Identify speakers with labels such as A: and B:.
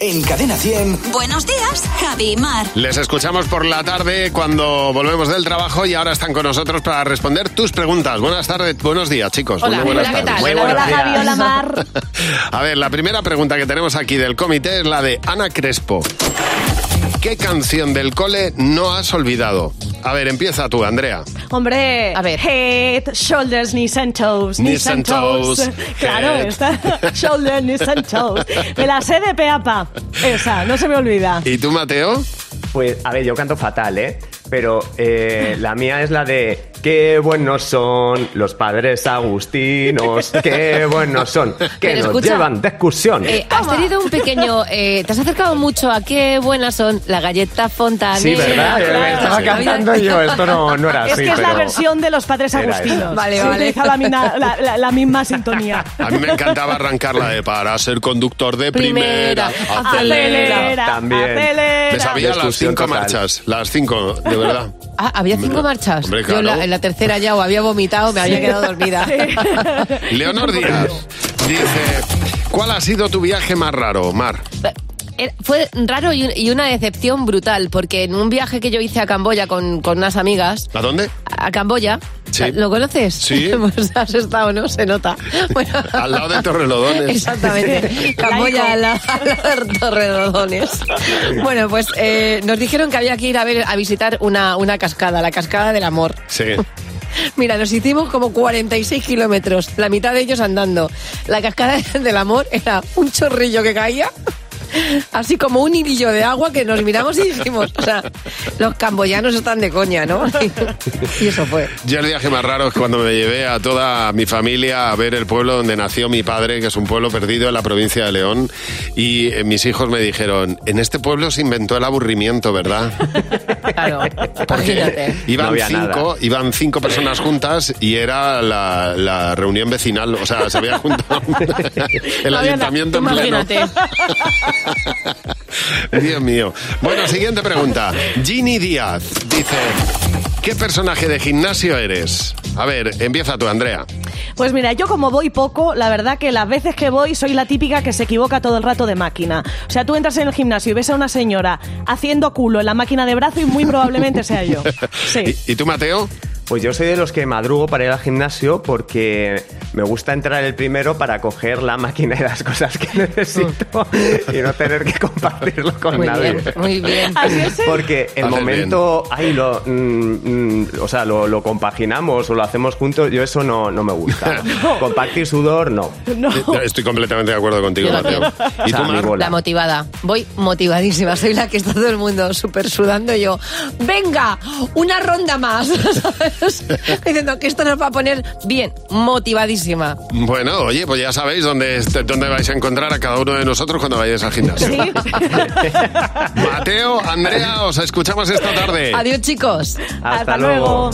A: en Cadena 100.
B: Buenos días, Javi y Mar.
C: Les escuchamos por la tarde cuando volvemos del trabajo y ahora están con nosotros para responder tus preguntas. Buenas tardes, buenos días, chicos.
D: Hola,
C: Muy buenas
D: hola, ¿qué
C: tardes.
D: tal?
C: Muy
D: Hola,
C: buenos
D: hola, Javi,
C: días.
D: hola, Mar.
C: A ver, la primera pregunta que tenemos aquí del comité es la de Ana Crespo. ¿Qué canción del cole no has olvidado? A ver, empieza tú, Andrea.
E: Hombre, a ver. Head, shoulders, knees and toes.
C: Knees and toes,
E: Claro,
C: head.
E: está. Shoulders, knees and toes. Me la sé de pe a pa. Esa, no se me olvida.
C: ¿Y tú, Mateo?
F: Pues, a ver, yo canto fatal, ¿eh? Pero eh, la mía es la de qué buenos son los padres agustinos, qué buenos son, que
D: Pero
F: nos
D: escucha,
F: llevan de excursión.
D: Eh, has tenido un pequeño. eh, te has acercado mucho a qué buenas son la galleta fontanera.
F: sí, ¿verdad? Eh,
C: claro.
F: Estaba
C: Sí.
F: cantando yo, esto no, no era
E: Es
F: así.
E: que es la
F: pero-
E: versión de los padres
F: Era
E: agustinos.
F: esa.
D: Vale,
E: Se
D: vale.
E: utiliza la, mina- la- la- la misma sintonía.
C: A mí me encantaba arrancarla de para ser conductor de primera.
D: Primera,
C: acelera.
D: acelera.
F: También.
C: Me
E: acelera.
C: sabía las
F: Discusión
C: cinco
F: total.
C: marchas, las cinco, de verdad.
D: Ah, había cinco
C: Hombre,
D: marchas.
C: hombre,
D: Yo en la-
C: claro.
D: en la tercera ya o había vomitado, me había quedado dormida.
C: Leonor Díaz dice, ¿cuál ha sido tu viaje más raro, Mar?
D: Eh, Fue raro y, un- y una decepción brutal, porque en un viaje que yo hice a Camboya con, con unas amigas,
C: ¿A dónde?
D: a Camboya,
C: Sí.
D: ¿lo conoces?
C: Sí.
D: Pues has estado, ¿no? Se nota. Bueno.
C: Al lado de Torrelodones.
D: Exactamente. Camboya al lado al lado de Torrelodones. Bueno, pues eh, nos dijeron que había que ir a ver a visitar una, una cascada, la cascada del amor.
C: Sí.
D: Mira, nos hicimos como 46 kilómetros, la mitad de ellos andando. La cascada del amor era un chorrillo que caía, así como un hirillo de agua que nos miramos y dijimos, o sea, los camboyanos están de coña, ¿no? Y eso fue.
C: Yo el viaje más raro es cuando me llevé a toda mi familia a ver el pueblo donde nació mi padre, que es un pueblo perdido en la provincia de León, y eh, mis hijos me dijeron, en este pueblo se inventó el aburrimiento, ¿verdad?
D: Claro,
C: Pues
D: imagínate.
F: No
C: Iban,
F: había
C: cinco, iban cinco personas juntas y era la, la reunión vecinal, o sea, se había juntado el
E: No había nada.
C: ayuntamiento en pleno. Dios mío. Bueno, siguiente pregunta. Ginny Díaz dice, ¿qué personaje de gimnasio eres? A ver, empieza tú, Andrea.
E: Pues mira, yo como voy poco, la verdad que las veces que voy soy la típica que se equivoca todo el rato de máquina. O sea, tú entras en el gimnasio y ves a una señora haciendo culo en la máquina de brazo y muy probablemente sea yo. Sí.
C: ¿Y, y tú, Mateo?
F: Pues yo soy de los que madrugo para ir al gimnasio porque me gusta entrar el primero para coger la máquina y las cosas que necesito y no tener que compartirlo con
D: Muy
F: nadie.
D: bien, muy bien.
E: Así es.
F: Porque el
C: Haces
F: momento, ay, lo, mm, mm, o sea, lo, lo compaginamos o lo hacemos juntos, yo eso no, no me gusta. Compartir sudor, no.
E: No.
C: Eh, Estoy completamente de acuerdo contigo, Mateo. ¿Y tú,
F: Ah, mi
C: Mar?
F: bola.
D: La motivada. Voy motivadísima. Soy la que está todo el mundo súper sudando. y Yo, venga, una ronda más. ¿sabes? Diciendo que esto nos va a poner bien, motivadísima.
C: Bueno, oye, pues ya sabéis dónde, est- dónde vais a encontrar a cada uno de nosotros cuando vayáis al gimnasio.
E: Sí.
C: Mateo, Andrea, os escuchamos esta tarde.
D: Adiós, chicos.
E: Hasta luego.